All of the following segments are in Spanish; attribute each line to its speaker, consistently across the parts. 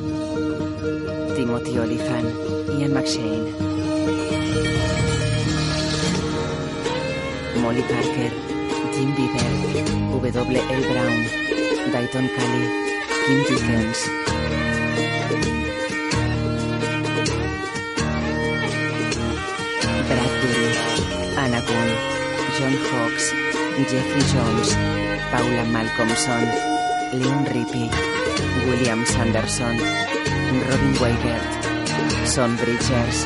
Speaker 1: HBO. Timothy Olyphant, Ian McShane. Molly Parker, Jim Beaver, W. L. Brown, Dayton Kelly, Kim Dickens. Bradbury, Anna Gunn, John Hawks, Jeffrey Jones, Paula Malcolmson, Leon Rippey, William Sanderson, Robin Weigert, Son Bridgers,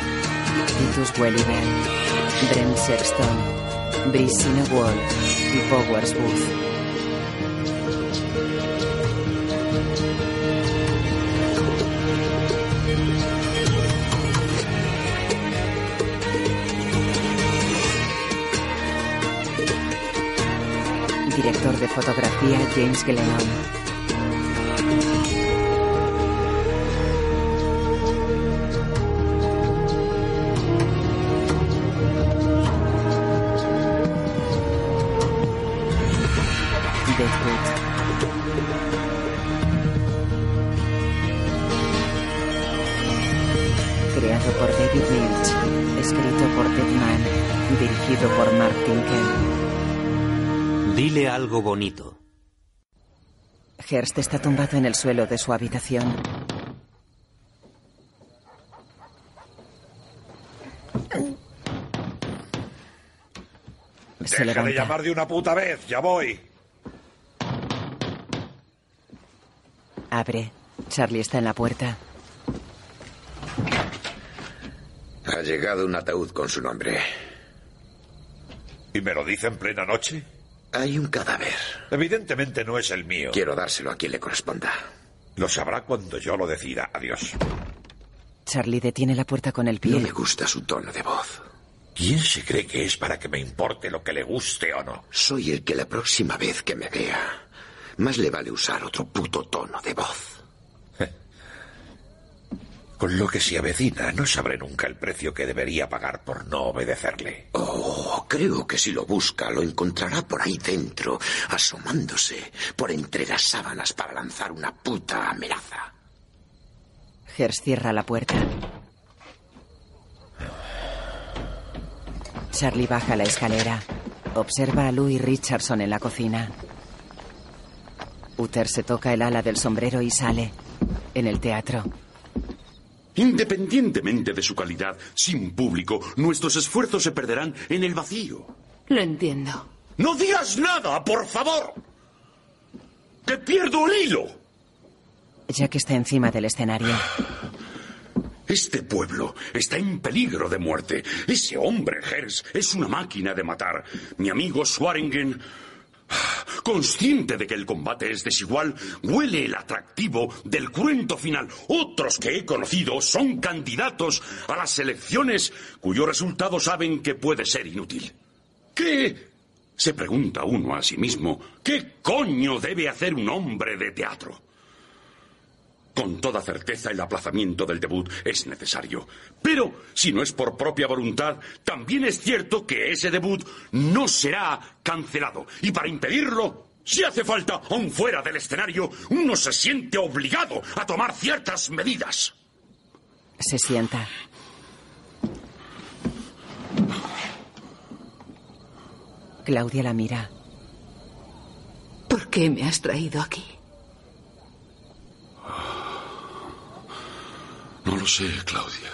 Speaker 1: Titus Welliver, Brent Sexton, Brissina Wall y Powers Booth. Director de fotografía James Glennon. Creado por David Lynch, escrito por Ted Mann, dirigido por Martin Ken.
Speaker 2: Dile algo bonito.
Speaker 1: Hearst está tumbado en el suelo de su habitación.
Speaker 3: Se Deja levanta. de llamar de una puta vez, ya voy.
Speaker 1: Abre. Charlie está en la puerta.
Speaker 4: Ha llegado un ataúd con su nombre.
Speaker 3: ¿Y me lo dice en plena noche?
Speaker 4: Hay un cadáver.
Speaker 3: Evidentemente no es el mío.
Speaker 4: Quiero dárselo a quien le corresponda.
Speaker 3: Lo sabrá cuando yo lo decida. Adiós.
Speaker 1: Charlie detiene la puerta con el pie.
Speaker 4: No me gusta su tono de voz.
Speaker 3: ¿Quién se cree que es para que me importe lo que le guste o no?
Speaker 4: Soy el que la próxima vez que me vea más le vale usar otro puto tono de voz.
Speaker 3: Con lo que se avecina, no sabré nunca el precio que debería pagar por no obedecerle.
Speaker 4: Oh, creo que si lo busca, lo encontrará por ahí dentro, asomándose por entre las sábanas para lanzar una puta amenaza.
Speaker 1: Gers cierra la puerta. Charlie baja la escalera. Observa a Lou y Richardson en la cocina. Uther se toca el ala del sombrero y sale. En el teatro.
Speaker 5: Independientemente de su calidad, sin público, nuestros esfuerzos se perderán en el vacío.
Speaker 6: Lo entiendo.
Speaker 5: ¡No digas nada, por favor! ¡Que pierdo el hilo!
Speaker 1: Ya que está encima del escenario.
Speaker 5: Este pueblo está en peligro de muerte. Ese hombre, Hers, es una máquina de matar. Mi amigo Swaringen Consciente de que el combate es desigual, huele el atractivo del cuento final. Otros que he conocido son candidatos a las elecciones cuyo resultado saben que puede ser inútil. ¿Qué? Se pregunta uno a sí mismo, ¿qué coño debe hacer un hombre de teatro? Con toda certeza el aplazamiento del debut es necesario. Pero, si no es por propia voluntad, también es cierto que ese debut no será cancelado. Y para impedirlo, si hace falta, aún fuera del escenario, uno se siente obligado a tomar ciertas medidas.
Speaker 1: Se sienta. Claudia la mira.
Speaker 6: ¿Por qué me has traído aquí?
Speaker 5: No lo sé, Claudia.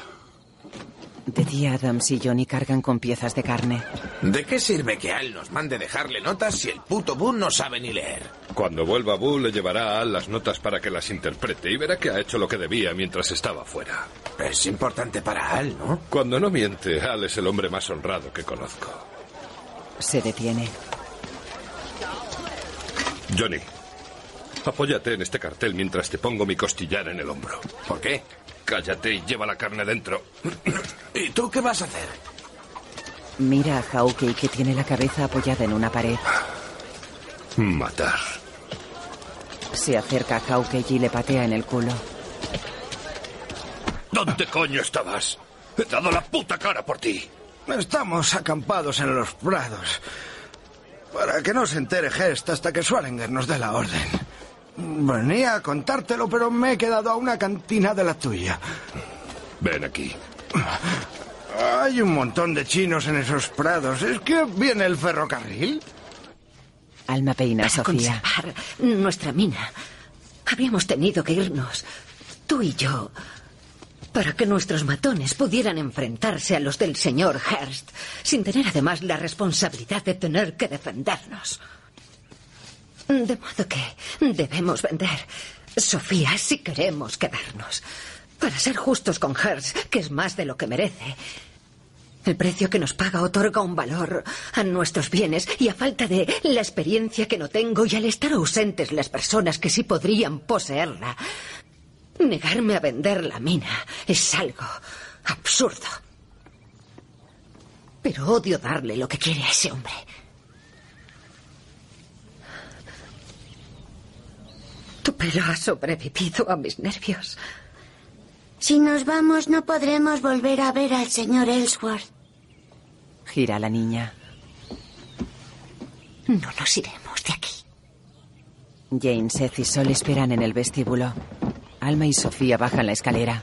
Speaker 1: De día, Adams y Johnny cargan con piezas de carne.
Speaker 7: ¿De qué sirve que Al nos mande dejarle notas si el puto Boo no sabe ni leer?
Speaker 8: Cuando vuelva Boo, le llevará a Al las notas para que las interprete y verá que ha hecho lo que debía mientras estaba fuera.
Speaker 7: Es importante para Al, ¿no?
Speaker 8: Cuando no miente, Al es el hombre más honrado que conozco.
Speaker 1: Se detiene.
Speaker 8: Johnny, apóyate en este cartel mientras te pongo mi costillar en el hombro.
Speaker 7: ¿Por qué?
Speaker 8: Cállate y lleva la carne dentro.
Speaker 7: ¿Y tú qué vas a hacer?
Speaker 1: Mira a Hawkeye que tiene la cabeza apoyada en una pared.
Speaker 8: Matar.
Speaker 1: Se acerca a Hawkeye y le patea en el culo.
Speaker 8: ¿Dónde coño estabas? He dado la puta cara por ti.
Speaker 9: Estamos acampados en los prados. Para que no se entere Hest hasta que Schwaringer nos dé la orden. Venía a contártelo, pero me he quedado a una cantina de la tuya.
Speaker 8: Ven aquí.
Speaker 9: Hay un montón de chinos en esos prados. ¿Es que viene el ferrocarril?
Speaker 1: Alma peina,
Speaker 10: Para
Speaker 1: Sofía.
Speaker 10: conservar nuestra mina. Habíamos tenido que irnos, tú y yo, para que nuestros matones pudieran enfrentarse a los del señor Hearst, sin tener además la responsabilidad de tener que defendernos. De modo que debemos vender, Sofía, si queremos quedarnos. Para ser justos con Hearst, que es más de lo que merece, el precio que nos paga otorga un valor a nuestros bienes y a falta de la experiencia que no tengo y al estar ausentes las personas que sí podrían poseerla, negarme a vender la mina es algo absurdo. Pero odio darle lo que quiere a ese hombre. Tu pelo ha sobrevivido a mis nervios.
Speaker 2: Si nos vamos, no podremos volver a ver al señor Ellsworth.
Speaker 1: Gira la niña.
Speaker 10: No nos iremos de aquí.
Speaker 1: Jane, Seth y Sol esperan en el vestíbulo. Alma y Sofía bajan la escalera.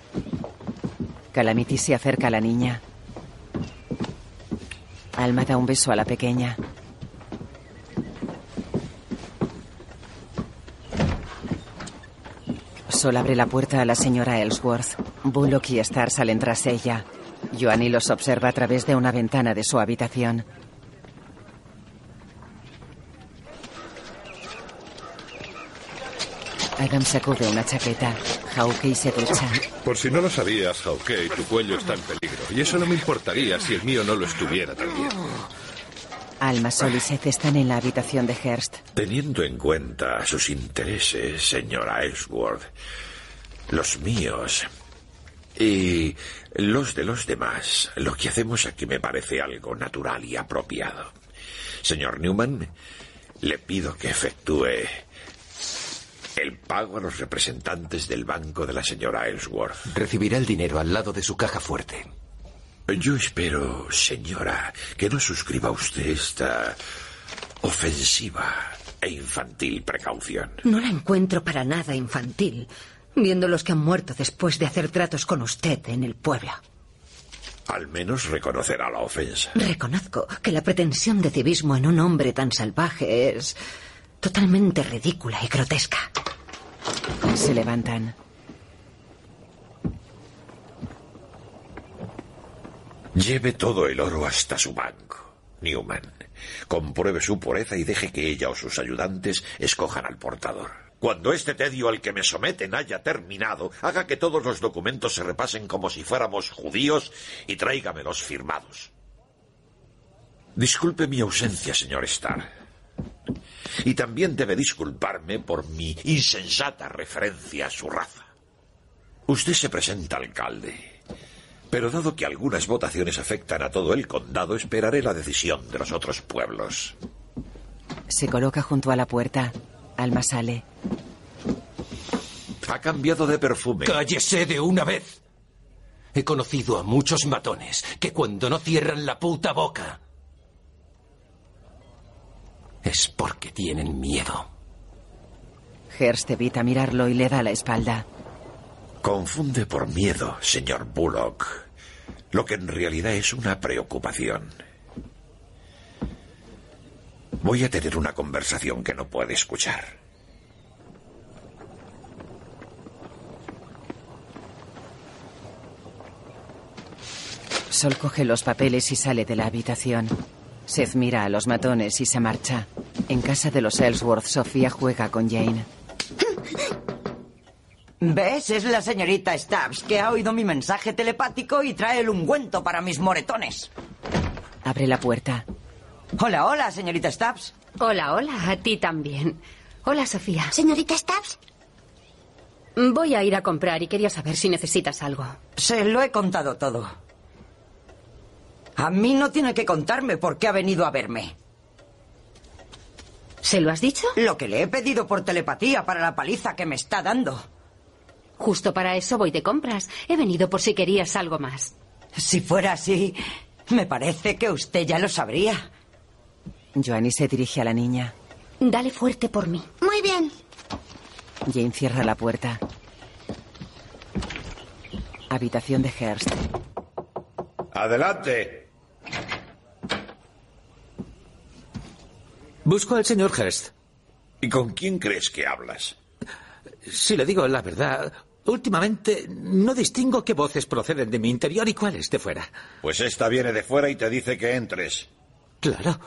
Speaker 1: Calamity se acerca a la niña. Alma da un beso a la pequeña. Sol abre la puerta a la señora Ellsworth. Bullock y Star salen tras ella. Joanny los observa a través de una ventana de su habitación. Adam sacude una chaqueta. Hawkeye se ducha.
Speaker 8: Por si no lo sabías, Hawkeye, tu cuello está en peligro. Y eso no me importaría si el mío no lo estuviera también.
Speaker 1: Alma, Sol y Seth están en la habitación de Hearst.
Speaker 5: Teniendo en cuenta sus intereses, señora Ellsworth, los míos y los de los demás, lo que hacemos aquí me parece algo natural y apropiado. Señor Newman, le pido que efectúe el pago a los representantes del banco de la señora Ellsworth.
Speaker 11: Recibirá el dinero al lado de su caja fuerte.
Speaker 5: Yo espero, señora, que no suscriba usted esta ofensiva e infantil precaución.
Speaker 10: No la encuentro para nada infantil, viendo los que han muerto después de hacer tratos con usted en el pueblo.
Speaker 5: Al menos reconocerá la ofensa.
Speaker 10: Reconozco que la pretensión de civismo en un hombre tan salvaje es totalmente ridícula y grotesca.
Speaker 1: Se levantan.
Speaker 5: Lleve todo el oro hasta su banco, Newman. Compruebe su pureza y deje que ella o sus ayudantes escojan al portador. Cuando este tedio al que me someten haya terminado, haga que todos los documentos se repasen como si fuéramos judíos y tráigamelos firmados. Disculpe mi ausencia, señor Starr. Y también debe disculparme por mi insensata referencia a su raza. Usted se presenta alcalde, pero dado que algunas votaciones afectan a todo el condado, esperaré la decisión de los otros pueblos.
Speaker 1: Se coloca junto a la puerta. Alma sale.
Speaker 5: Ha cambiado de perfume.
Speaker 11: ¡Cállese de una vez! He conocido a muchos matones que cuando no cierran la puta boca es porque tienen miedo.
Speaker 1: Hearst evita mirarlo y le da la espalda.
Speaker 5: Confunde por miedo, señor Bullock, lo que en realidad es una preocupación. Voy a tener una conversación que no puede escuchar.
Speaker 1: Sol coge los papeles y sale de la habitación. Seth mira a los matones y se marcha. En casa de los Ellsworth, Sofía juega con Jane.
Speaker 12: ¿Ves? Es la señorita Stubbs que ha oído mi mensaje telepático y trae el ungüento para mis moretones.
Speaker 1: Abre la puerta.
Speaker 12: Hola, hola, señorita Stubbs.
Speaker 13: Hola, hola, a ti también. Hola, Sofía.
Speaker 2: Señorita Stubbs,
Speaker 13: Voy a ir a comprar y quería saber si necesitas algo.
Speaker 12: Se lo he contado todo. A mí no tiene que contarme por qué ha venido a verme.
Speaker 13: ¿Se lo has dicho?
Speaker 12: Lo que le he pedido por telepatía para la paliza que me está dando.
Speaker 13: Justo para eso voy de compras. He venido por si querías algo más.
Speaker 12: Si fuera así, me parece que usted ya lo sabría.
Speaker 1: Joanny se dirige a la niña.
Speaker 13: Dale fuerte por mí.
Speaker 2: muy bien.
Speaker 1: Jane cierra la puerta. Habitación de Hearst.
Speaker 14: Adelante.
Speaker 4: Busco al señor Hearst.
Speaker 14: ¿Y con quién crees que hablas?
Speaker 4: Si le digo la verdad, últimamente no distingo qué voces proceden de mi interior y cuáles de fuera.
Speaker 14: Pues esta viene de fuera y te dice que entres.
Speaker 4: Claro.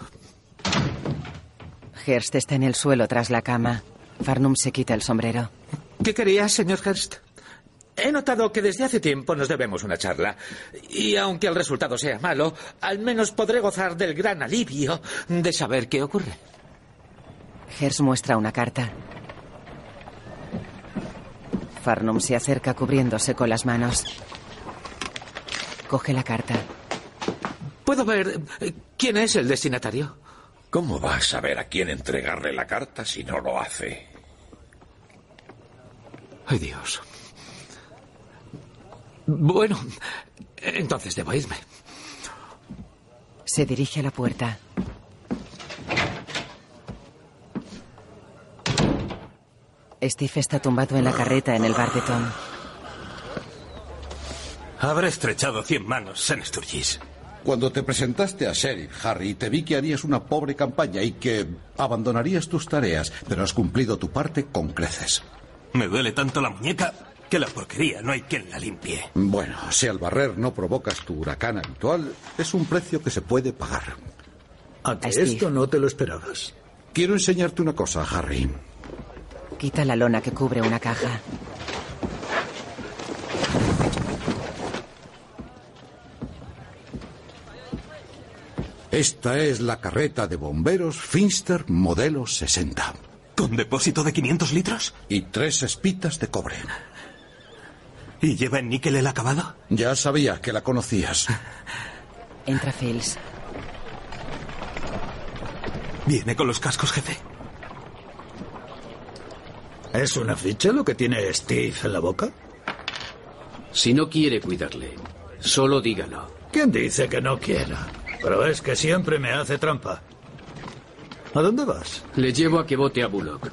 Speaker 1: Hearst está en el suelo tras la cama. Farnum se quita el sombrero.
Speaker 4: ¿Qué quería, señor Hearst? He notado que desde hace tiempo nos debemos una charla. Y aunque el resultado sea malo, al menos podré gozar del gran alivio de saber qué ocurre.
Speaker 1: Hearst muestra una carta. Farnum se acerca cubriéndose con las manos. Coge la carta.
Speaker 4: ¿Puedo ver eh, quién es el destinatario?
Speaker 15: ¿Cómo va a saber a quién entregarle la carta si no lo hace?
Speaker 4: Ay, Dios. Bueno, entonces debo irme.
Speaker 1: Se dirige a la puerta. Steve está tumbado en la carreta en el bar de Tom.
Speaker 16: Habré estrechado cien manos, Sen Sturgis.
Speaker 5: Cuando te presentaste a Sheriff, Harry, te vi que harías una pobre campaña y que abandonarías tus tareas, pero has cumplido tu parte con creces.
Speaker 16: Me duele tanto la muñeca que la porquería no hay quien la limpie.
Speaker 5: Bueno, si al barrer no provocas tu huracán habitual, es un precio que se puede pagar.
Speaker 17: Ante esto no te lo esperabas.
Speaker 5: Quiero enseñarte una cosa, Harry.
Speaker 1: Quita la lona que cubre una caja.
Speaker 5: Esta es la carreta de bomberos Finster modelo 60.
Speaker 16: ¿Con depósito de 500 litros?
Speaker 5: Y tres espitas de cobre.
Speaker 16: ¿Y lleva en níquel el acabado?
Speaker 5: Ya sabía que la conocías.
Speaker 1: Entra Fels.
Speaker 16: Viene con los cascos, jefe.
Speaker 17: ¿Es una ficha lo que tiene Steve en la boca?
Speaker 18: Si no quiere cuidarle, solo dígalo.
Speaker 17: ¿Quién dice que no quiera? Pero es que siempre me hace trampa. ¿A dónde vas?
Speaker 18: Le llevo a que vote a Bullock.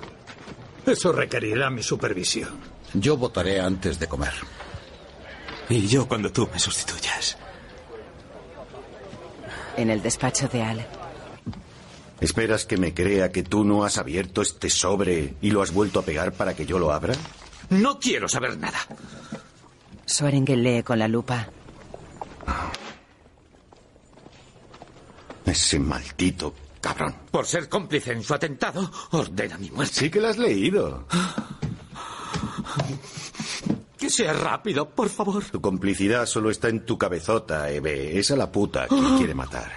Speaker 17: Eso requerirá mi supervisión.
Speaker 5: Yo votaré antes de comer.
Speaker 16: Y yo cuando tú me sustituyas.
Speaker 1: En el despacho de Al.
Speaker 14: ¿Esperas que me crea que tú no has abierto este sobre y lo has vuelto a pegar para que yo lo abra?
Speaker 4: No quiero saber nada.
Speaker 1: Swaringen lee con la lupa.
Speaker 14: Ese maldito cabrón.
Speaker 4: Por ser cómplice en su atentado, ordena mi muerte.
Speaker 14: Sí que lo has leído.
Speaker 4: Que sea rápido, por favor.
Speaker 14: Tu complicidad solo está en tu cabezota, Eve. Es a la puta que me quiere matar.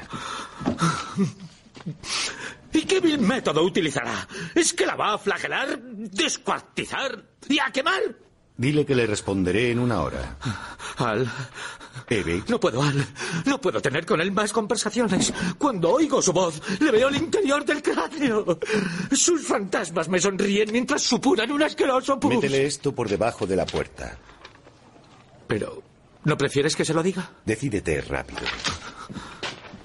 Speaker 4: ¿Y qué vil método utilizará? ¿Es que la va a flagelar, descuartizar y a quemar?
Speaker 14: Dile que le responderé en una hora.
Speaker 4: Al.
Speaker 14: Eve.
Speaker 4: No puedo, Al. No puedo tener con él más conversaciones. Cuando oigo su voz, le veo el interior del cráneo. Sus fantasmas me sonríen mientras supuran un asqueroso pus.
Speaker 14: Métele esto por debajo de la puerta.
Speaker 4: Pero, ¿no prefieres que se lo diga?
Speaker 14: Decídete rápido.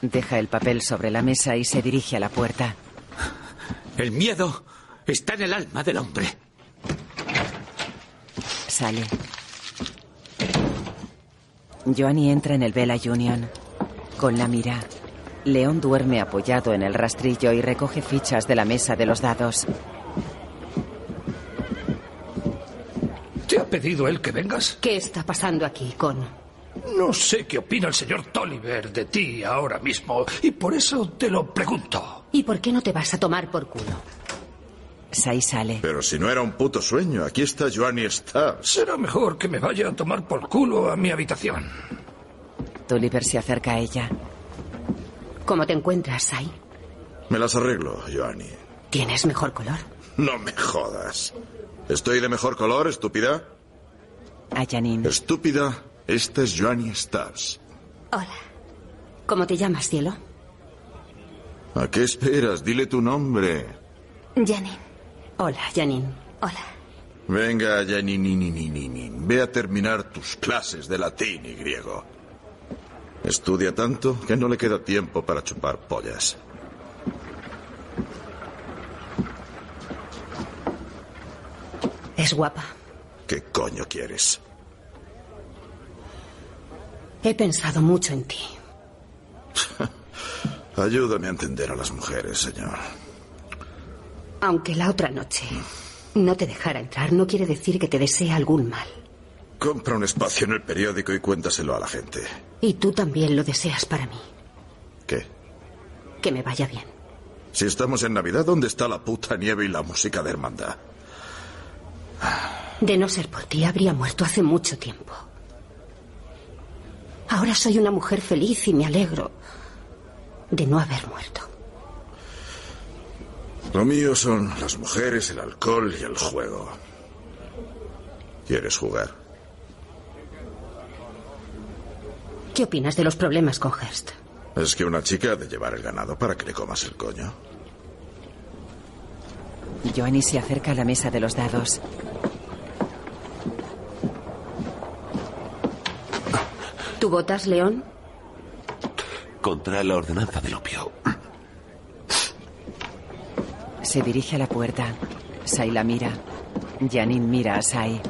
Speaker 1: Deja el papel sobre la mesa y se dirige a la puerta.
Speaker 4: El miedo está en el alma del hombre.
Speaker 1: Sale. Joanny entra en el Vela Union. Con la mira, León duerme apoyado en el rastrillo y recoge fichas de la mesa de los dados.
Speaker 19: ¿Te ha pedido él que vengas?
Speaker 10: ¿Qué está pasando aquí, Con?
Speaker 19: No sé qué opina el señor Tolliver de ti ahora mismo y por eso te lo pregunto.
Speaker 10: ¿Y por qué no te vas a tomar por culo?
Speaker 1: Sai sale.
Speaker 20: Pero si no era un puto sueño, aquí está Joanny Starr.
Speaker 19: Será mejor que me vaya a tomar por culo a mi habitación.
Speaker 1: Tolliver se acerca a ella.
Speaker 10: ¿Cómo te encuentras, Sai?
Speaker 20: Me las arreglo, Joanny.
Speaker 10: ¿Tienes mejor color?
Speaker 20: No me jodas. ¿Estoy de mejor color, estúpida?
Speaker 1: A Janine.
Speaker 20: Estúpida, esta es Joanny Stars.
Speaker 10: Hola. ¿Cómo te llamas, cielo?
Speaker 20: ¿A qué esperas? Dile tu nombre.
Speaker 10: Janine. Hola, Janine. Hola.
Speaker 20: Venga, Janine, ni, ni, ni, ni. ve a terminar tus clases de latín y griego. Estudia tanto que no le queda tiempo para chupar pollas.
Speaker 10: Es guapa.
Speaker 20: ¿Qué coño quieres?
Speaker 10: He pensado mucho en ti.
Speaker 20: Ayúdame a entender a las mujeres, señor.
Speaker 10: Aunque la otra noche no te dejara entrar, no quiere decir que te desea algún mal.
Speaker 20: Compra un espacio en el periódico y cuéntaselo a la gente.
Speaker 10: Y tú también lo deseas para mí.
Speaker 20: ¿Qué?
Speaker 10: Que me vaya bien.
Speaker 20: Si estamos en Navidad, ¿dónde está la puta nieve y la música de hermandad?
Speaker 10: De no ser por ti, habría muerto hace mucho tiempo. Ahora soy una mujer feliz y me alegro de no haber muerto.
Speaker 20: Lo mío son las mujeres, el alcohol y el juego. ¿Quieres jugar?
Speaker 10: ¿Qué opinas de los problemas con Hearst?
Speaker 20: Es que una chica ha de llevar el ganado para que le comas el coño.
Speaker 1: Joanny se acerca a la mesa de los dados.
Speaker 10: ¿Tú votas, León?
Speaker 4: Contra la ordenanza del opio.
Speaker 1: Se dirige a la puerta. Sai la mira. Janine mira a Sai.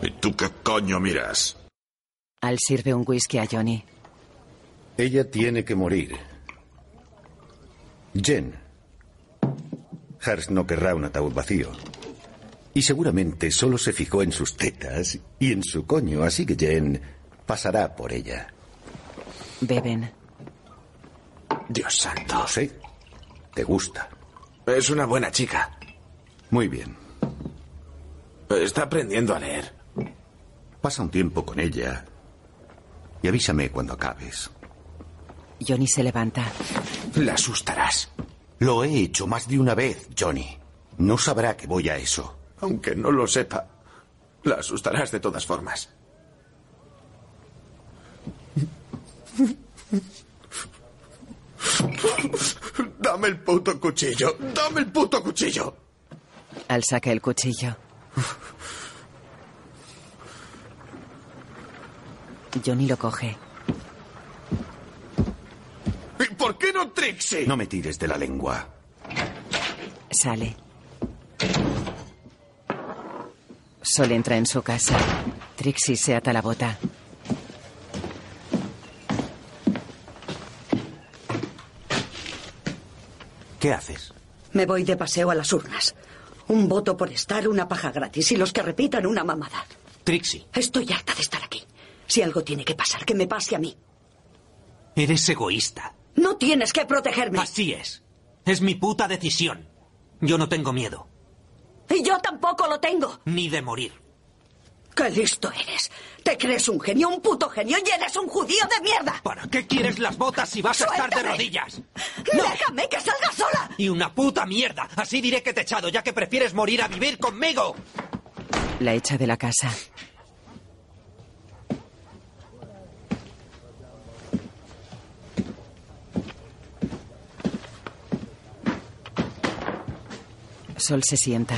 Speaker 20: ¿Y tú qué coño miras?
Speaker 1: Al sirve un whisky a Johnny.
Speaker 14: Ella tiene que morir. Jen. Hearst no querrá un ataúd vacío. Y seguramente solo se fijó en sus tetas y en su coño, así que Jen pasará por ella.
Speaker 1: Beben.
Speaker 4: Dios santo.
Speaker 14: Lo sé. Te gusta.
Speaker 4: Es una buena chica.
Speaker 14: Muy bien.
Speaker 4: Está aprendiendo a leer.
Speaker 14: Pasa un tiempo con ella y avísame cuando acabes.
Speaker 1: Johnny se levanta.
Speaker 4: La asustarás.
Speaker 14: Lo he hecho más de una vez, Johnny. No sabrá que voy a eso.
Speaker 4: Aunque no lo sepa, la asustarás de todas formas. Dame el puto cuchillo. Dame el puto cuchillo.
Speaker 1: Al saca el cuchillo. Johnny lo coge.
Speaker 4: ¿Y por qué no Trixie?
Speaker 14: No me tires de la lengua.
Speaker 1: Sale. Sol entra en su casa. Trixie se ata la bota.
Speaker 14: ¿Qué haces?
Speaker 12: Me voy de paseo a las urnas. Un voto por estar, una paja gratis y los que repitan una mamada.
Speaker 6: Trixie.
Speaker 12: Estoy harta de estar aquí. Si algo tiene que pasar, que me pase a mí.
Speaker 6: Eres egoísta.
Speaker 12: No tienes que protegerme.
Speaker 6: Así es. Es mi puta decisión. Yo no tengo miedo.
Speaker 12: Y yo tampoco lo tengo.
Speaker 6: Ni de morir.
Speaker 12: ¡Qué listo eres! Te crees un genio, un puto genio y eres un judío de mierda.
Speaker 6: ¿Para qué quieres las botas si vas a estar de rodillas?
Speaker 12: ¡No! ¡Déjame que salga sola!
Speaker 6: Y una puta mierda. Así diré que te he echado, ya que prefieres morir a vivir conmigo.
Speaker 1: La echa de la casa. Sol se sienta.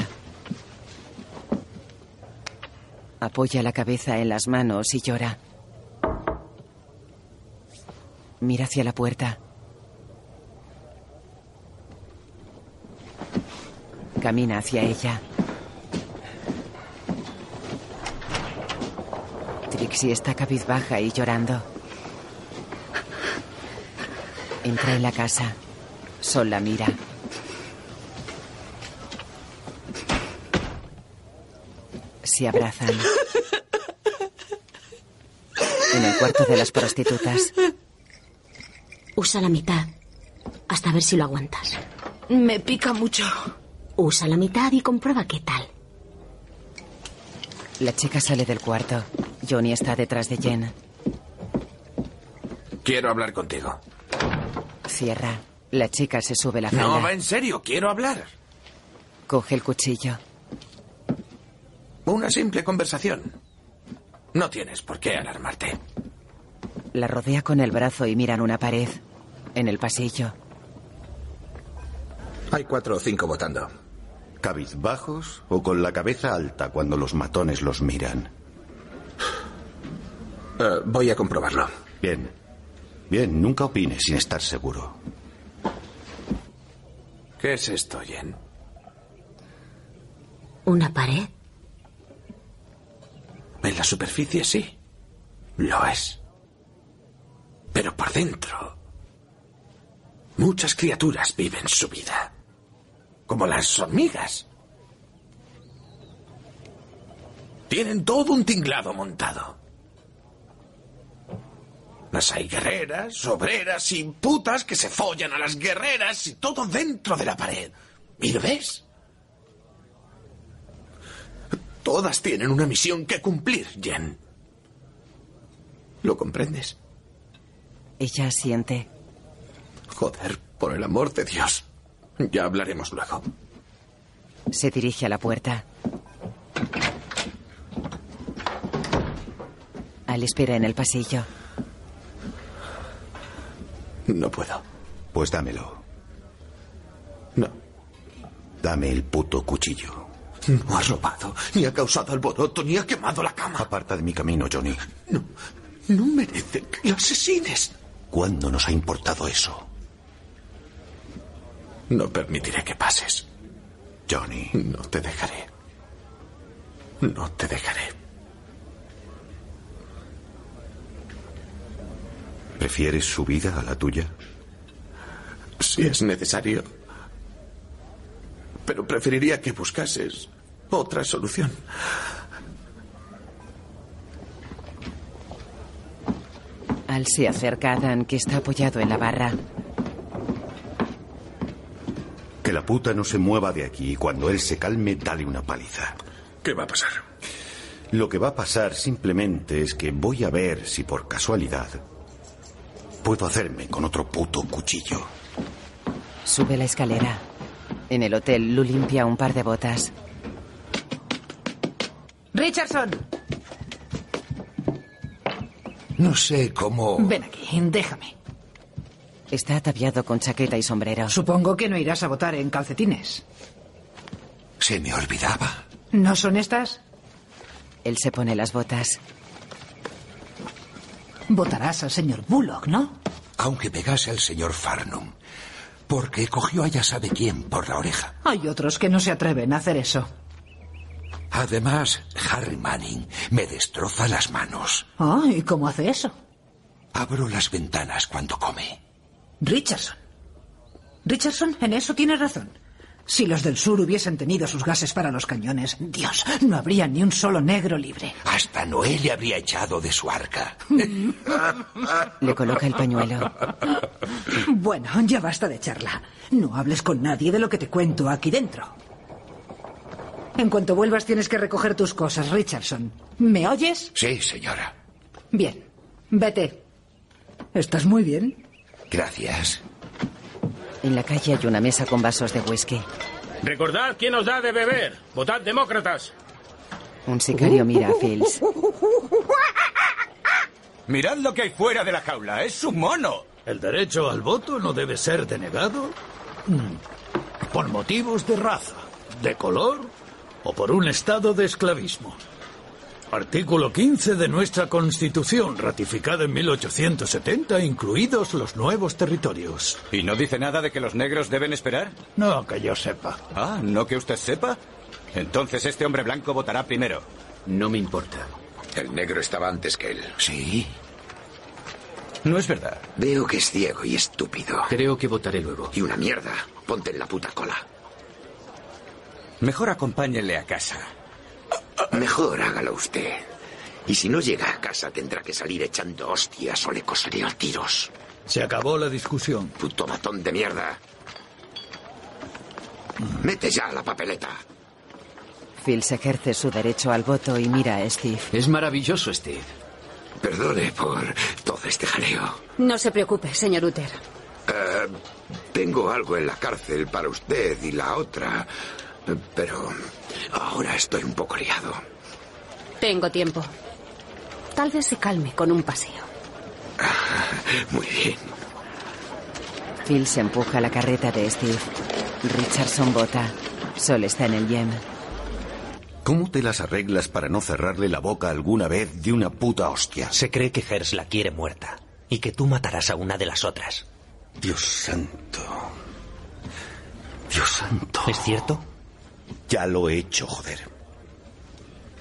Speaker 1: Apoya la cabeza en las manos y llora. Mira hacia la puerta. Camina hacia ella. Trixie está cabizbaja y llorando. Entra en la casa. Sol la mira. se abrazan. En el cuarto de las prostitutas.
Speaker 10: Usa la mitad. Hasta ver si lo aguantas.
Speaker 21: Me pica mucho.
Speaker 10: Usa la mitad y comprueba qué tal.
Speaker 1: La chica sale del cuarto. Johnny está detrás de Jen.
Speaker 4: Quiero hablar contigo.
Speaker 1: Cierra. La chica se sube la falda.
Speaker 4: No, va en serio. Quiero hablar.
Speaker 1: Coge el cuchillo.
Speaker 4: Una simple conversación. No tienes por qué alarmarte.
Speaker 1: La rodea con el brazo y miran una pared. En el pasillo.
Speaker 4: Hay cuatro o cinco votando.
Speaker 14: ¿Cabizbajos o con la cabeza alta cuando los matones los miran?
Speaker 4: Uh, voy a comprobarlo.
Speaker 14: Bien. Bien, nunca opines sin estar seguro.
Speaker 4: ¿Qué es esto, Jen?
Speaker 22: ¿Una pared?
Speaker 4: En la superficie sí. Lo es. Pero por dentro. Muchas criaturas viven su vida. Como las hormigas. Tienen todo un tinglado montado. Las hay guerreras, obreras y putas que se follan a las guerreras y todo dentro de la pared. ¿Y lo ves? Todas tienen una misión que cumplir, Jen. ¿Lo comprendes?
Speaker 1: Ella siente.
Speaker 4: Joder, por el amor de Dios. Ya hablaremos luego.
Speaker 1: Se dirige a la puerta. Al espera en el pasillo.
Speaker 4: No puedo.
Speaker 14: Pues dámelo.
Speaker 4: No.
Speaker 14: Dame el puto cuchillo.
Speaker 4: No ha robado, ni ha causado alboroto, ni ha quemado la cama.
Speaker 14: Aparta de mi camino, Johnny.
Speaker 4: No. No merece que lo asesines.
Speaker 14: ¿Cuándo nos ha importado eso?
Speaker 4: No permitiré que pases.
Speaker 14: Johnny.
Speaker 4: No te dejaré. No te dejaré.
Speaker 14: ¿Prefieres su vida a la tuya?
Speaker 4: Si es necesario. Pero preferiría que buscases otra solución.
Speaker 1: Al se acerca a Dan, que está apoyado en la barra.
Speaker 14: Que la puta no se mueva de aquí y cuando él se calme, dale una paliza.
Speaker 3: ¿Qué va a pasar?
Speaker 14: Lo que va a pasar simplemente es que voy a ver si por casualidad puedo hacerme con otro puto cuchillo.
Speaker 1: Sube la escalera. En el hotel, Lu limpia un par de botas.
Speaker 6: Richardson.
Speaker 4: No sé cómo...
Speaker 6: Ven aquí, déjame.
Speaker 1: Está ataviado con chaqueta y sombrero.
Speaker 6: Supongo que no irás a votar en calcetines.
Speaker 4: Se me olvidaba.
Speaker 6: ¿No son estas?
Speaker 1: Él se pone las botas.
Speaker 6: Votarás al señor Bullock, ¿no?
Speaker 4: Aunque pegase al señor Farnum. Porque cogió a ya sabe quién por la oreja.
Speaker 6: Hay otros que no se atreven a hacer eso.
Speaker 4: Además, Harry Manning me destroza las manos.
Speaker 6: Ah, ¿y cómo hace eso?
Speaker 4: Abro las ventanas cuando come.
Speaker 6: Richardson. Richardson, en eso tienes razón. Si los del sur hubiesen tenido sus gases para los cañones, Dios, no habría ni un solo negro libre.
Speaker 4: Hasta Noé le habría echado de su arca.
Speaker 1: le coloca el pañuelo.
Speaker 6: Bueno, ya basta de charla. No hables con nadie de lo que te cuento aquí dentro. En cuanto vuelvas tienes que recoger tus cosas, Richardson. ¿Me oyes?
Speaker 4: Sí, señora.
Speaker 6: Bien. Vete. ¿Estás muy bien?
Speaker 4: Gracias.
Speaker 1: En la calle hay una mesa con vasos de whisky.
Speaker 23: Recordad quién os da de beber. Votad demócratas.
Speaker 1: Un sicario mira a Fields.
Speaker 4: Mirad lo que hay fuera de la jaula. Es un mono.
Speaker 5: El derecho al voto no debe ser denegado mm, por motivos de raza, de color o por un estado de esclavismo. Artículo 15 de nuestra Constitución, ratificada en 1870, incluidos los nuevos territorios.
Speaker 24: ¿Y no dice nada de que los negros deben esperar?
Speaker 5: No, que yo sepa.
Speaker 24: Ah, ¿no que usted sepa? Entonces este hombre blanco votará primero.
Speaker 25: No me importa.
Speaker 4: El negro estaba antes que él.
Speaker 24: Sí. No es verdad.
Speaker 26: Veo que es ciego y estúpido.
Speaker 25: Creo que votaré luego.
Speaker 26: Y una mierda. Ponte en la puta cola.
Speaker 24: Mejor acompáñenle a casa.
Speaker 26: Mejor hágalo usted. Y si no llega a casa tendrá que salir echando hostias o le cosaré a tiros.
Speaker 5: Se acabó la discusión.
Speaker 26: Puto matón de mierda. Mete ya la papeleta.
Speaker 1: Phil se ejerce su derecho al voto y mira a Steve.
Speaker 25: Es maravilloso, Steve.
Speaker 26: Perdone por todo este jaleo.
Speaker 10: No se preocupe, señor Uther.
Speaker 26: Eh, tengo algo en la cárcel para usted y la otra. Pero ahora estoy un poco liado.
Speaker 10: Tengo tiempo. Tal vez se calme con un paseo.
Speaker 26: Muy bien.
Speaker 1: Phil se empuja a la carreta de Steve. Richardson vota. Sol está en el yem.
Speaker 14: ¿Cómo te las arreglas para no cerrarle la boca alguna vez de una puta hostia?
Speaker 27: Se cree que Hers la quiere muerta y que tú matarás a una de las otras.
Speaker 14: Dios santo. Dios santo.
Speaker 27: ¿Es cierto?
Speaker 14: Ya lo he hecho, joder.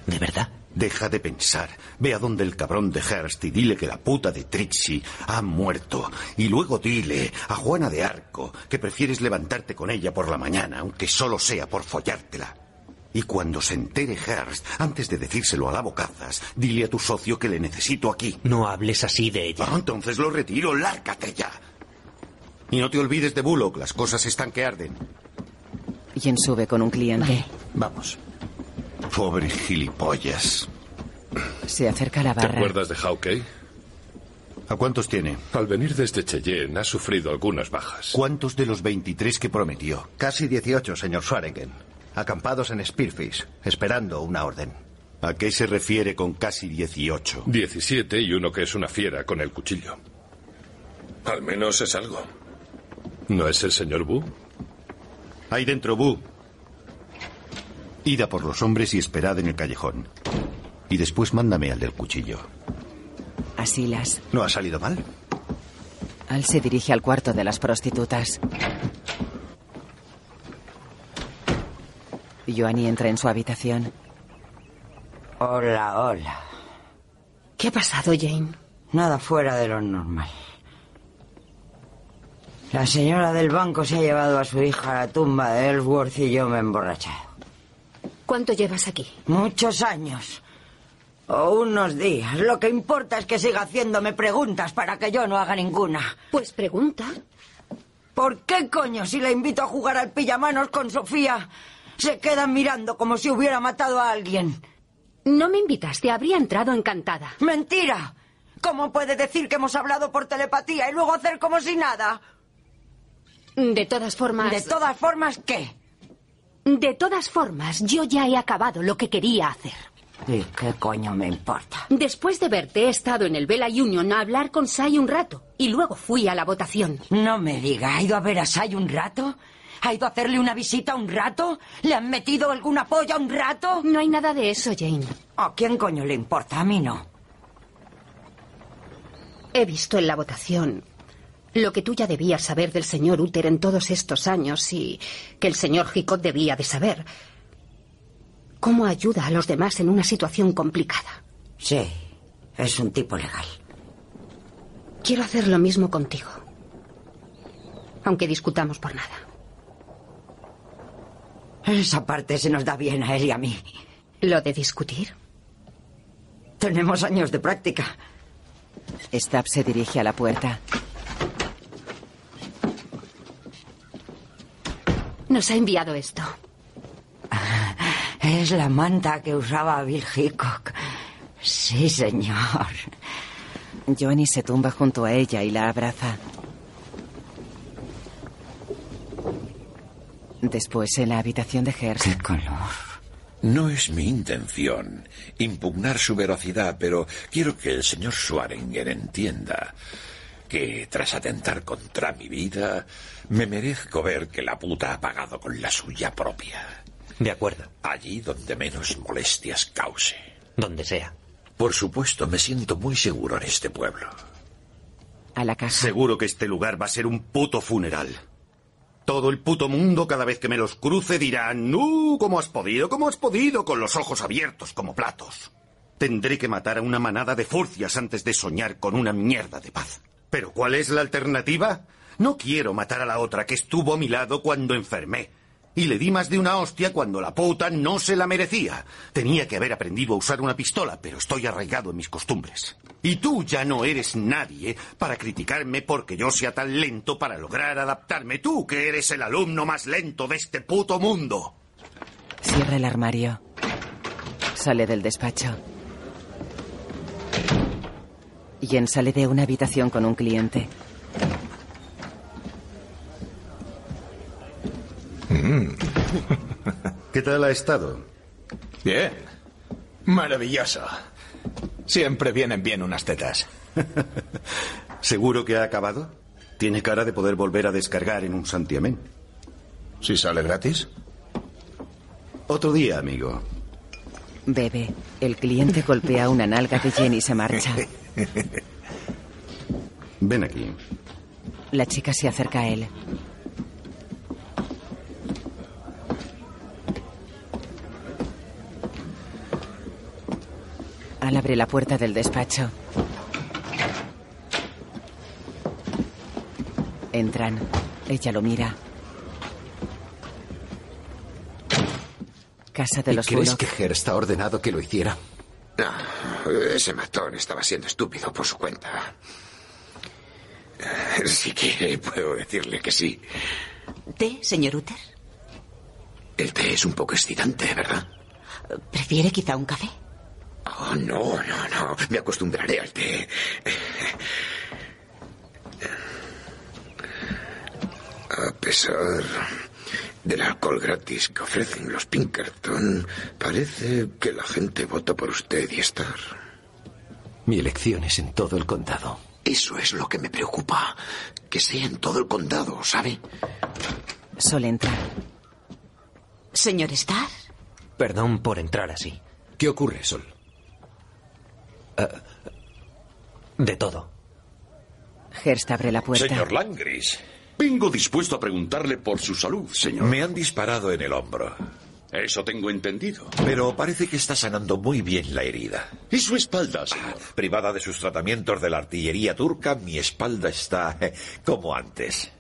Speaker 28: ¿De verdad?
Speaker 14: Deja de pensar. Ve a donde el cabrón de Hearst y dile que la puta de Trixie ha muerto. Y luego dile a Juana de Arco que prefieres levantarte con ella por la mañana, aunque solo sea por follártela. Y cuando se entere Hearst, antes de decírselo a la bocazas, dile a tu socio que le necesito aquí.
Speaker 28: No hables así de ella.
Speaker 14: Ah, entonces lo retiro, lárgate ya. Y no te olvides de Bullock, las cosas están que arden.
Speaker 1: Jen sube con un cliente.
Speaker 14: Vamos. Pobre gilipollas.
Speaker 1: Se acerca a la
Speaker 2: ¿Te
Speaker 1: barra.
Speaker 2: acuerdas de Hawkeye?
Speaker 14: ¿A cuántos tiene?
Speaker 2: Al venir desde Cheyenne ha sufrido algunas bajas.
Speaker 14: ¿Cuántos de los 23 que prometió?
Speaker 10: Casi 18, señor Swarengen. Acampados en Spearfish, esperando una orden.
Speaker 14: ¿A qué se refiere con casi 18?
Speaker 2: 17 y uno que es una fiera con el cuchillo. Al menos es algo. ¿No es el señor Bu?
Speaker 14: Ahí dentro, Bu. Id a por los hombres y esperad en el callejón. Y después mándame al del cuchillo.
Speaker 1: Asilas.
Speaker 14: ¿No ha salido mal?
Speaker 1: Al se dirige al cuarto de las prostitutas. Joanny entra en su habitación.
Speaker 12: Hola, hola.
Speaker 29: ¿Qué ha pasado, Jane?
Speaker 12: Nada fuera de lo normal. La señora del banco se ha llevado a su hija a la tumba de Ellsworth y yo me he emborrachado.
Speaker 29: ¿Cuánto llevas aquí?
Speaker 12: Muchos años. O unos días. Lo que importa es que siga haciéndome preguntas para que yo no haga ninguna.
Speaker 29: Pues pregunta.
Speaker 12: ¿Por qué coño si la invito a jugar al pillamanos con Sofía? Se quedan mirando como si hubiera matado a alguien.
Speaker 29: No me invitaste, habría entrado encantada.
Speaker 12: ¡Mentira! ¿Cómo puede decir que hemos hablado por telepatía y luego hacer como si nada?
Speaker 29: De todas formas.
Speaker 12: De todas formas, ¿qué?
Speaker 29: De todas formas, yo ya he acabado lo que quería hacer.
Speaker 12: ¿Y qué coño me importa?
Speaker 29: Después de verte, he estado en el Vela Union a hablar con Sai un rato y luego fui a la votación.
Speaker 12: No me diga, ¿ha ido a ver a Sai un rato? ¿Ha ido a hacerle una visita un rato? ¿Le han metido alguna polla un rato?
Speaker 29: No hay nada de eso, Jane.
Speaker 12: ¿A quién coño le importa? A mí no.
Speaker 29: He visto en la votación lo que tú ya debías saber del señor Uther en todos estos años y que el señor Hickok debía de saber. Cómo ayuda a los demás en una situación complicada.
Speaker 12: Sí, es un tipo legal.
Speaker 29: Quiero hacer lo mismo contigo. Aunque discutamos por nada.
Speaker 12: Esa parte se nos da bien a él y a mí.
Speaker 29: Lo de discutir.
Speaker 12: Tenemos años de práctica.
Speaker 1: Stab se dirige a la puerta.
Speaker 29: Nos ha enviado esto.
Speaker 12: Es la manta que usaba Bill Hickok. Sí, señor.
Speaker 1: Joanny se tumba junto a ella y la abraza. Después, en la habitación de Hearst.
Speaker 12: Qué color.
Speaker 5: No es mi intención impugnar su veracidad, pero quiero que el señor Schwaringer entienda que tras atentar contra mi vida, me merezco ver que la puta ha pagado con la suya propia,
Speaker 28: De acuerdo.
Speaker 5: allí donde menos molestias cause.
Speaker 28: Donde sea.
Speaker 5: Por supuesto, me siento muy seguro en este pueblo.
Speaker 1: A la caja.
Speaker 14: Seguro que este lugar va a ser un puto funeral. Todo el puto mundo, cada vez que me los cruce, dirá: ¡No! ¿Cómo has podido? ¿Cómo has podido? Con los ojos abiertos como platos. Tendré que matar a una manada de furcias antes de soñar con una mierda de paz. ¿Pero cuál es la alternativa? No quiero matar a la otra que estuvo a mi lado cuando enfermé. Y le di más de una hostia cuando la puta no se la merecía. Tenía que haber aprendido a usar una pistola, pero estoy arraigado en mis costumbres. Y tú ya no eres nadie para criticarme porque yo sea tan lento para lograr adaptarme. Tú que eres el alumno más lento de este puto mundo.
Speaker 1: Cierra el armario. Sale del despacho. Jen sale de una habitación con un cliente.
Speaker 14: Mm. ¿Qué tal ha estado?
Speaker 8: Bien. Maravilloso. Siempre vienen bien unas tetas.
Speaker 14: ¿Seguro que ha acabado? Tiene cara de poder volver a descargar en un santiamén.
Speaker 8: ¿Si sale gratis?
Speaker 14: Otro día, amigo.
Speaker 1: Bebe. El cliente golpea una nalga de Jen y se marcha.
Speaker 14: Ven aquí.
Speaker 1: La chica se acerca a él. abre la puerta del despacho. Entran. Ella lo mira. Casa de
Speaker 9: ¿Y
Speaker 1: los
Speaker 9: ¿Crees
Speaker 1: Bullock.
Speaker 9: que Hearst ha ordenado que lo hiciera?
Speaker 4: No, Ah, ese matón estaba siendo estúpido por su cuenta. Si quiere, puedo decirle que sí.
Speaker 30: ¿Té, señor Uter?
Speaker 4: El té es un poco excitante, ¿verdad?
Speaker 30: ¿Prefiere quizá un café?
Speaker 4: Oh, no, no, no. Me acostumbraré al té. A pesar del alcohol gratis que ofrecen los Pinkerton, parece que la gente vota por usted y estar.
Speaker 9: Mi elección es en todo el condado.
Speaker 4: Eso es lo que me preocupa. Que sea en todo el condado, ¿sabe?
Speaker 1: Sol entra.
Speaker 30: Señor Starr,
Speaker 28: Perdón por entrar así. ¿Qué ocurre, Sol? De todo.
Speaker 1: Hearst abre la puerta.
Speaker 5: Señor Langris, vengo dispuesto a preguntarle por su salud, señor. Me han disparado en el hombro. Eso tengo entendido. Pero parece que está sanando muy bien la herida. ¿Y su espalda, señor? privada de sus tratamientos de la artillería turca, mi espalda está eh, como antes.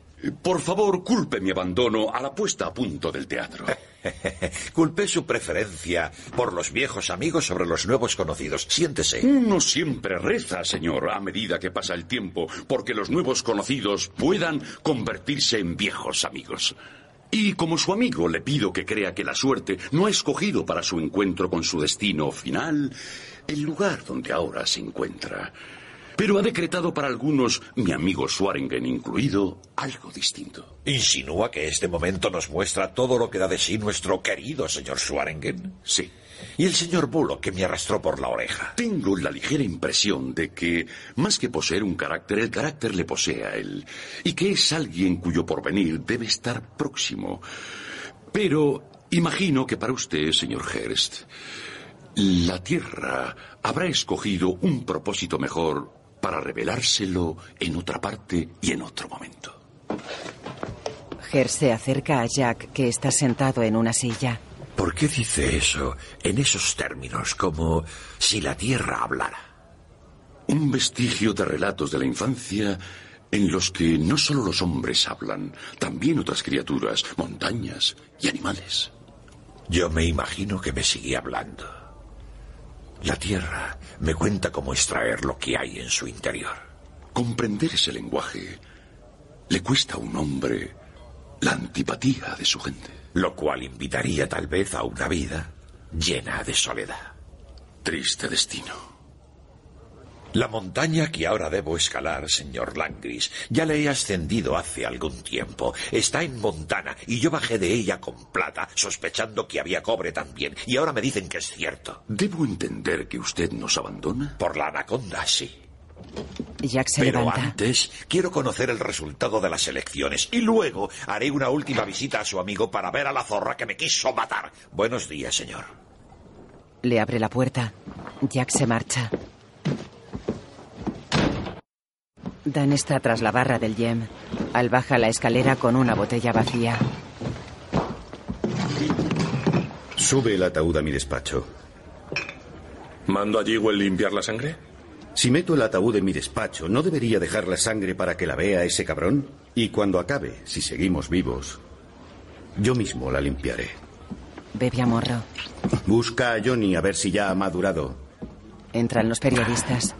Speaker 3: Por favor, culpe mi abandono a la puesta a punto del teatro.
Speaker 5: Culpé su preferencia por los viejos amigos sobre los nuevos conocidos. Siéntese.
Speaker 3: Uno siempre reza, señor, a medida que pasa el tiempo, porque los nuevos conocidos puedan convertirse en viejos amigos. Y como su amigo le pido que crea que la suerte no ha escogido para su encuentro con su destino final el lugar donde ahora se encuentra, pero ha decretado para algunos, mi amigo Swaringen incluido, algo distinto.
Speaker 5: ¿Insinúa que este momento nos muestra todo lo que da de sí nuestro querido señor Swaringen?
Speaker 3: Sí.
Speaker 5: Y el señor Bullock que me arrastró por la oreja.
Speaker 3: Tengo la ligera impresión de que, más que poseer un carácter, el carácter le posee a él, y que es alguien cuyo porvenir debe estar próximo. Pero imagino que para usted, señor Hearst, la Tierra habrá escogido un propósito mejor para revelárselo en otra parte y en otro momento.
Speaker 1: Hearst se acerca a Jack, que está sentado en una silla.
Speaker 5: ¿Por qué dice eso en esos términos, como si la Tierra hablara?
Speaker 3: Un vestigio de relatos de la infancia en los que no solo los hombres hablan, también otras criaturas, montañas y animales.
Speaker 5: Yo me imagino que me sigue hablando. La Tierra me cuenta cómo extraer lo que hay en su interior.
Speaker 3: Comprender ese lenguaje le cuesta a un hombre la antipatía de su gente.
Speaker 5: Lo cual invitaría tal vez a una vida llena de soledad.
Speaker 3: Triste destino.
Speaker 5: La montaña que ahora debo escalar, señor Langris, ya la he ascendido hace algún tiempo. Está en Montana y yo bajé de ella con plata, sospechando que había cobre también. Y ahora me dicen que es cierto.
Speaker 3: ¿Debo entender que usted nos abandona?
Speaker 5: Por la anaconda, sí.
Speaker 1: Jack se
Speaker 5: Pero
Speaker 1: levanta.
Speaker 5: antes quiero conocer el resultado de las elecciones y luego haré una última visita a su amigo para ver a la zorra que me quiso matar. Buenos días, señor.
Speaker 1: Le abre la puerta. Jack se marcha. Dan está tras la barra del Yem. Al baja la escalera con una botella vacía.
Speaker 8: Sube el ataúd a mi despacho.
Speaker 2: ¿Mando a Jewel limpiar la sangre?
Speaker 8: Si meto el ataúd en mi despacho, ¿no debería dejar la sangre para que la vea ese cabrón? Y cuando acabe, si seguimos vivos, yo mismo la limpiaré.
Speaker 1: Bebe a morro.
Speaker 8: Busca a Johnny a ver si ya ha madurado.
Speaker 1: Entran los periodistas.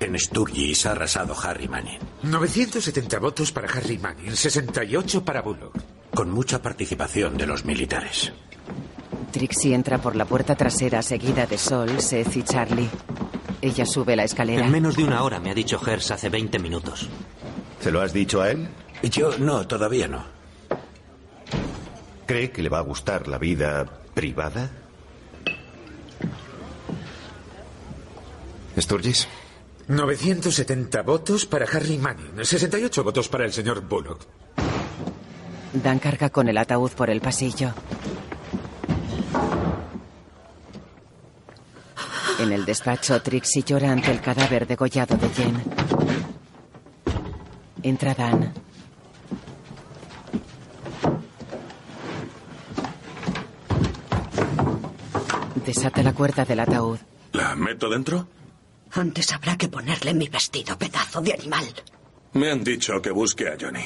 Speaker 28: En Sturgis ha arrasado Harry Manning.
Speaker 31: 970 votos para Harry Manning, 68 para Bullock.
Speaker 28: Con mucha participación de los militares.
Speaker 1: Trixie entra por la puerta trasera seguida de Sol, Seth y Charlie. Ella sube la escalera.
Speaker 28: En menos de una hora, me ha dicho Hers hace 20 minutos.
Speaker 8: ¿Se lo has dicho a él?
Speaker 28: Yo no, todavía no.
Speaker 8: ¿Cree que le va a gustar la vida privada?
Speaker 28: Sturgis.
Speaker 31: 970 votos para Harry Manning, 68 votos para el señor Bullock.
Speaker 1: Dan carga con el ataúd por el pasillo. En el despacho, Trixie llora ante el cadáver degollado de Jen. Entra Dan. Desata la cuerda del ataúd.
Speaker 3: ¿La meto dentro?
Speaker 11: Antes habrá que ponerle mi vestido, pedazo de animal.
Speaker 3: Me han dicho que busque a Johnny.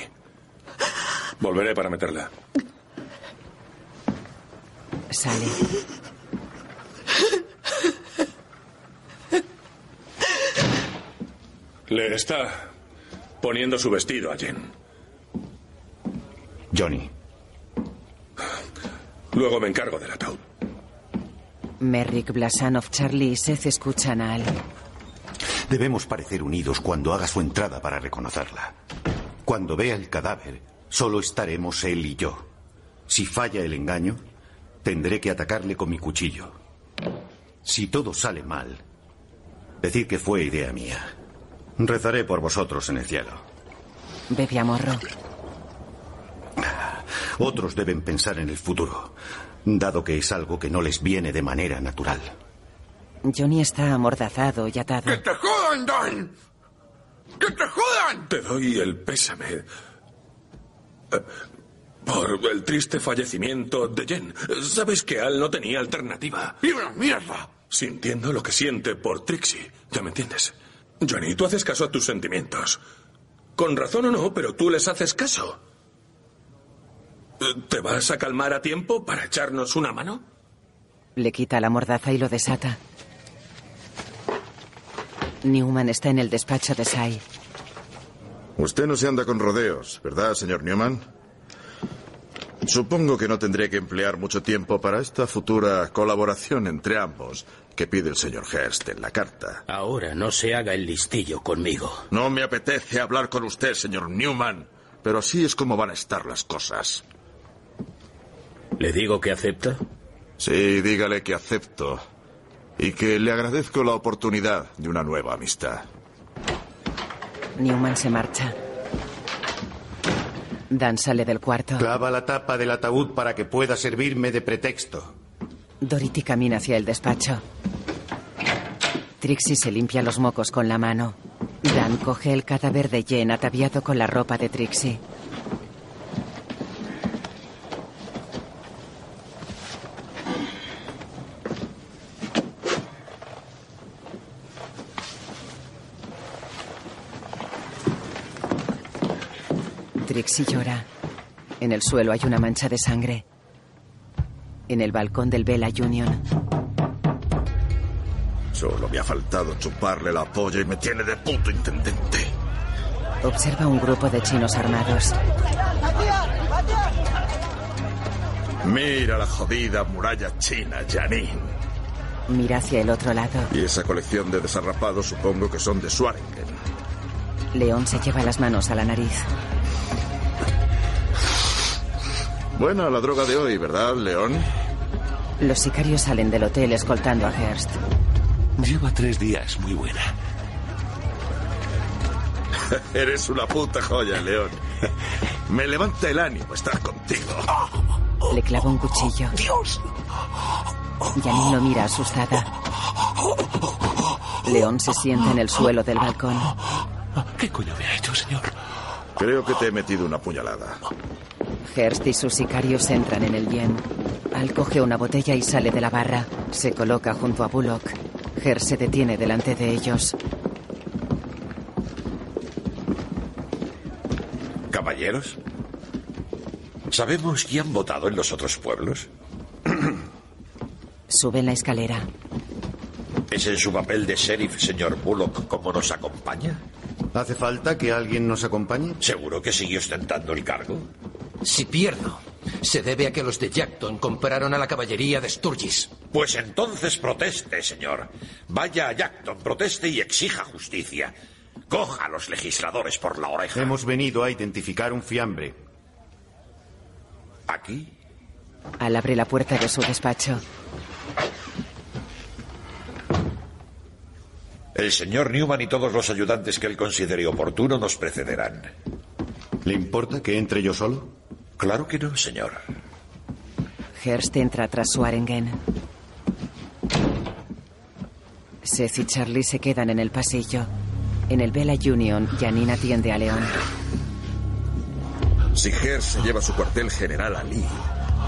Speaker 3: Volveré para meterla.
Speaker 1: Sale.
Speaker 3: Le está poniendo su vestido a Jen.
Speaker 14: Johnny.
Speaker 3: Luego me encargo del ataúd.
Speaker 1: Merrick, Blasanov, Charlie y Seth escuchan a Al.
Speaker 8: Debemos parecer unidos cuando haga su entrada para reconocerla. Cuando vea el cadáver, solo estaremos él y yo. Si falla el engaño, tendré que atacarle con mi cuchillo. Si todo sale mal, decir que fue idea mía. Rezaré por vosotros en el cielo.
Speaker 1: Bebe a morro.
Speaker 8: Otros deben pensar en el futuro, dado que es algo que no les viene de manera natural.
Speaker 1: Johnny está amordazado y atado.
Speaker 3: ¡Que te jodan, Don! ¡Que te jodan! Te doy el pésame. eh, Por el triste fallecimiento de Jen. Sabes que Al no tenía alternativa. ¡Y una mierda! Sintiendo lo que siente por Trixie. ¿Ya me entiendes? Johnny, tú haces caso a tus sentimientos. Con razón o no, pero tú les haces caso. Eh, ¿Te vas a calmar a tiempo para echarnos una mano?
Speaker 1: Le quita la mordaza y lo desata. Newman está en el despacho de Sai.
Speaker 20: Usted no se anda con rodeos, ¿verdad, señor Newman? Supongo que no tendré que emplear mucho tiempo para esta futura colaboración entre ambos que pide el señor Hearst en la carta.
Speaker 31: Ahora no se haga el listillo conmigo.
Speaker 20: No me apetece hablar con usted, señor Newman, pero así es como van a estar las cosas.
Speaker 31: ¿Le digo que acepta?
Speaker 20: Sí, dígale que acepto y que le agradezco la oportunidad de una nueva amistad.
Speaker 1: Newman se marcha. Dan sale del cuarto.
Speaker 14: Clava la tapa del ataúd para que pueda servirme de pretexto.
Speaker 1: Dorothy camina hacia el despacho. Trixie se limpia los mocos con la mano. Dan coge el cadáver de Jen ataviado con la ropa de Trixie. Trixie llora. En el suelo hay una mancha de sangre. En el balcón del Vela Union,
Speaker 20: Solo me ha faltado chuparle la polla y me tiene de puto intendente.
Speaker 1: observa un grupo de chinos armados.
Speaker 20: Mira la jodida muralla china, Janine.
Speaker 1: Mira hacia el otro lado.
Speaker 20: Y esa colección de desarrapados supongo que son de Swaringen.
Speaker 1: León se lleva las manos a la nariz.
Speaker 20: Buena la droga de hoy, ¿verdad, León?
Speaker 1: Los sicarios salen del hotel escoltando a Hearst.
Speaker 31: Lleva tres días, muy buena.
Speaker 20: Eres una puta joya, León. Me levanta el ánimo estar contigo.
Speaker 31: Oh,
Speaker 1: Le clava un cuchillo.
Speaker 20: ¡Dios!
Speaker 1: Janine lo mira asustada. León se sienta en el suelo del balcón.
Speaker 31: ¿Qué coño me ha hecho, señor?
Speaker 20: Creo que te he metido una puñalada.
Speaker 1: Hearst y sus sicarios entran en el yen. Al coge una botella y sale de la barra. Se coloca junto a Bullock. Hearst se detiene delante de ellos.
Speaker 5: Caballeros, ¿sabemos quién han votado en los otros pueblos?
Speaker 1: Suben la escalera.
Speaker 5: ¿Es en su papel de sheriff, señor Bullock, como nos acompaña?
Speaker 14: ¿Hace falta que alguien nos acompañe?
Speaker 5: ¿Seguro que sigue ostentando el cargo?
Speaker 28: Si pierdo, se debe a que los de Jackton compraron a la caballería de Sturgis.
Speaker 5: Pues entonces proteste, señor. Vaya a Jackton, proteste y exija justicia. Coja a los legisladores por la oreja.
Speaker 14: Hemos venido a identificar un fiambre.
Speaker 5: ¿Aquí?
Speaker 1: Al abre la puerta de su despacho.
Speaker 5: El señor Newman y todos los ayudantes que él considere oportuno nos precederán.
Speaker 14: ¿Le importa que entre yo solo?
Speaker 5: Claro que no, señor.
Speaker 1: Hearst entra tras su arengen. Seth y Charlie se quedan en el pasillo. En el Bella Union, Janine atiende a León.
Speaker 20: Si Hearst se lleva su cuartel general a Lee,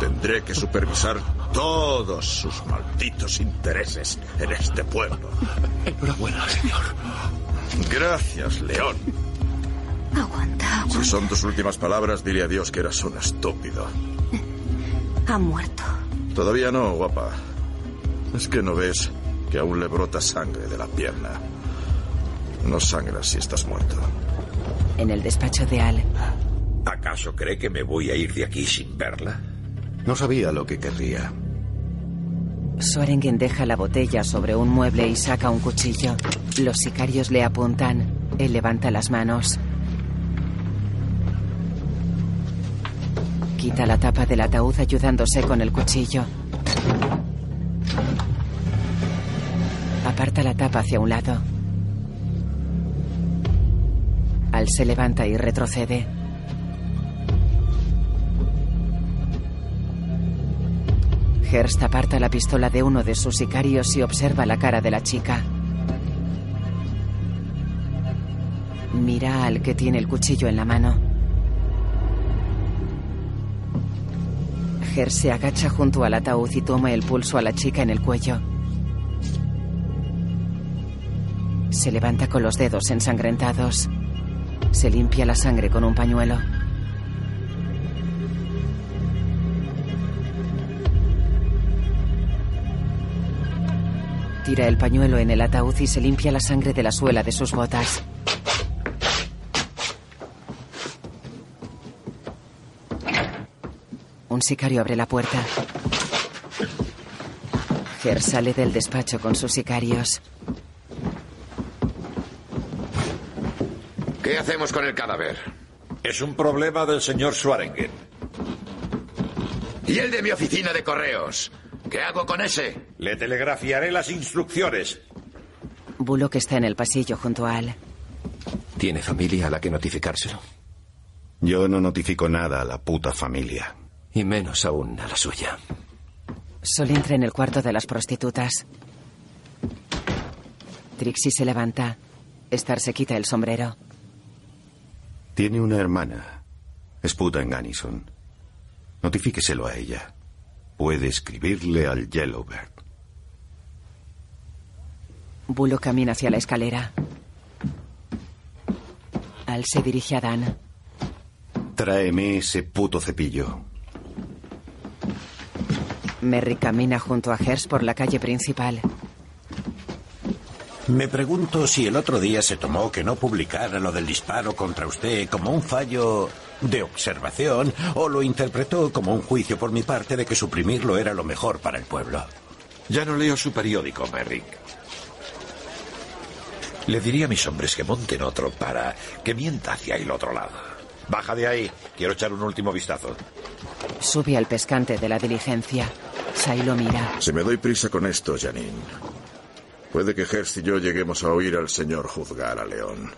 Speaker 20: Tendré que supervisar todos sus malditos intereses en este pueblo.
Speaker 32: Enhorabuena, señor.
Speaker 20: Gracias, León.
Speaker 33: Aguanta,
Speaker 20: Si son tus últimas palabras, dile a Dios que eras un estúpido.
Speaker 33: ha muerto.
Speaker 20: Todavía no, guapa. Es que no ves que aún le brota sangre de la pierna. No sangras si estás muerto.
Speaker 1: En el despacho de Al,
Speaker 5: ¿Acaso cree que me voy a ir de aquí sin verla?
Speaker 14: No sabía lo que querría.
Speaker 1: Swarengen deja la botella sobre un mueble y saca un cuchillo. Los sicarios le apuntan. Él levanta las manos. Quita la tapa del ataúd ayudándose con el cuchillo. Aparta la tapa hacia un lado. Al se levanta y retrocede. Hearst aparta la pistola de uno de sus sicarios y observa la cara de la chica. Mira al que tiene el cuchillo en la mano. Hearst se agacha junto al ataúd y toma el pulso a la chica en el cuello. Se levanta con los dedos ensangrentados. Se limpia la sangre con un pañuelo. Tira el pañuelo en el ataúd y se limpia la sangre de la suela de sus botas. Un sicario abre la puerta. Ger sale del despacho con sus sicarios.
Speaker 34: ¿Qué hacemos con el cadáver?
Speaker 5: Es un problema del señor Schwarengen.
Speaker 34: ¿Y el de mi oficina de correos? ¿Qué hago con ese?
Speaker 5: Le telegrafiaré las instrucciones.
Speaker 1: Bullock está en el pasillo junto a Al.
Speaker 14: ¿Tiene familia a la que notificárselo? Yo no notifico nada a la puta familia.
Speaker 35: Y menos aún a la suya.
Speaker 1: Sol entra en el cuarto de las prostitutas. Trixie se levanta. Star se quita el sombrero.
Speaker 14: Tiene una hermana. Es puta en Ganison. Notifíqueselo a ella. Puede escribirle al Yellowbird.
Speaker 1: Bulo camina hacia la escalera. Al se dirige a Dan.
Speaker 14: Tráeme ese puto cepillo.
Speaker 1: Merry camina junto a Hers por la calle principal.
Speaker 4: Me pregunto si el otro día se tomó que no publicara lo del disparo contra usted como un fallo de observación o lo interpretó como un juicio por mi parte de que suprimirlo era lo mejor para el pueblo.
Speaker 5: Ya no leo su periódico, Merrick.
Speaker 4: Le diría a mis
Speaker 5: Hombres que monten otro para que mienta hacia el otro lado. Baja de ahí. Quiero echar un último vistazo.
Speaker 1: Sube al pescante de la diligencia. Sai lo mira.
Speaker 20: Si me doy prisa con esto, Janine, puede que Hearst y yo lleguemos a oír al señor juzgar a León.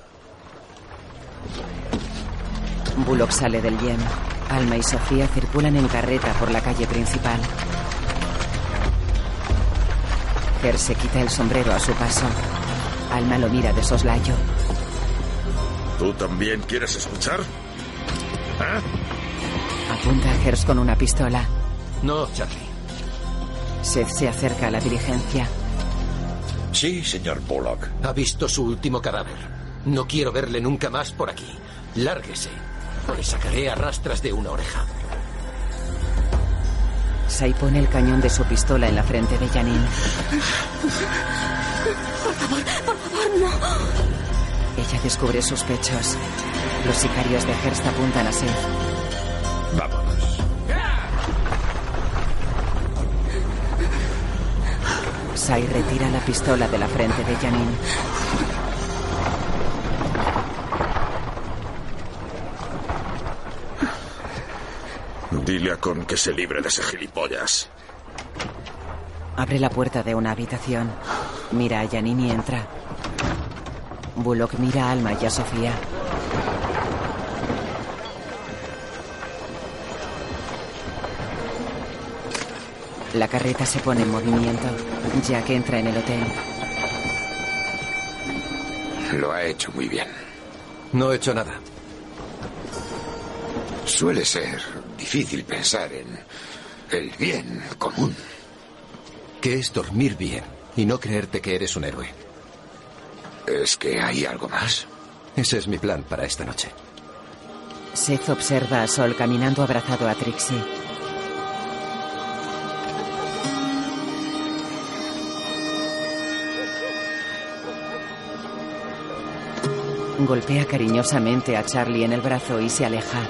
Speaker 1: Bullock sale del bien. Alma y Sofía circulan en carreta por la calle principal. Hers se quita el sombrero a su paso. Alma lo mira de soslayo.
Speaker 20: ¿Tú también quieres escuchar? ¿Ah?
Speaker 1: Apunta a Hers con una pistola.
Speaker 4: No, Charlie.
Speaker 1: Seth se acerca a la diligencia.
Speaker 4: Sí, señor Bullock. Ha visto su último cadáver. No quiero verle nunca más por aquí. Lárguese. o Le sacaré a rastras de una oreja.
Speaker 1: Sai pone el cañón de su pistola en la frente de Janine.
Speaker 33: Por favor, por favor, no.
Speaker 1: Ella descubre sus pechos. Los sicarios de Hearst apuntan a Seth.
Speaker 5: Vámonos.
Speaker 1: Sai retira la pistola de la frente de Janine.
Speaker 20: Dile a Con que se libre de ese gilipollas.
Speaker 1: Abre la puerta de una habitación. Mira a Janine y entra. Bullock mira a Alma y a Sofía. La carreta se pone en movimiento. Jack entra en el hotel.
Speaker 34: Lo ha hecho muy bien.
Speaker 4: No he hecho nada.
Speaker 34: Suele ser difícil pensar en
Speaker 4: El bien común.
Speaker 28: ¿Qué es dormir bien y no creerte que eres un héroe?
Speaker 4: ¿Es que hay algo más?
Speaker 28: Ese es mi plan para esta noche.
Speaker 1: Seth observa a Sol caminando abrazado a Trixie. Golpea cariñosamente a Charlie en el brazo y se aleja.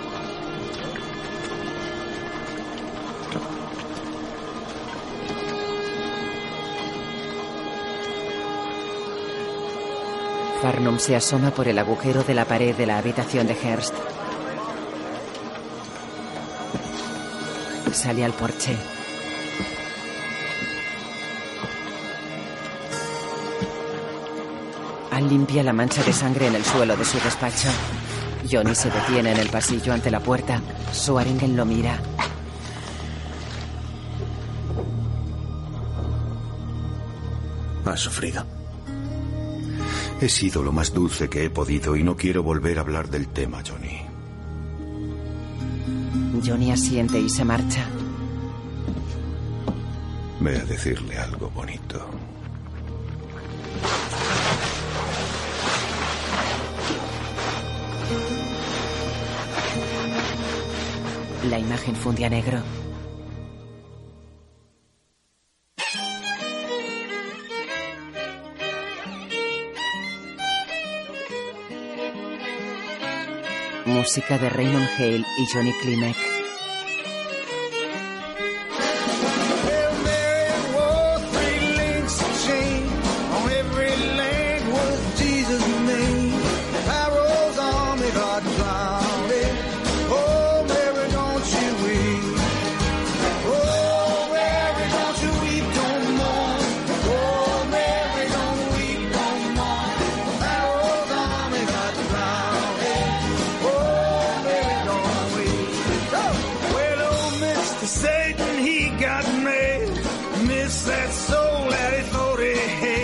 Speaker 1: Farnum se asoma por el agujero de la pared de la habitación de Hearst. Sale al porche. Al limpia la mancha de sangre en el suelo de su despacho. Johnny se detiene en el pasillo ante la puerta. Swaringen lo mira.
Speaker 8: Has sufrido. He sido lo más dulce que he podido y no quiero volver a hablar del tema, Johnny.
Speaker 1: Johnny asiente y se marcha.
Speaker 8: Ve a decirle algo bonito.
Speaker 1: La imagen funde a negro. Música de Raymond Hale y Johnny Klimek.
Speaker 33: Satan, he got mad. Missed that soul that he thought he had.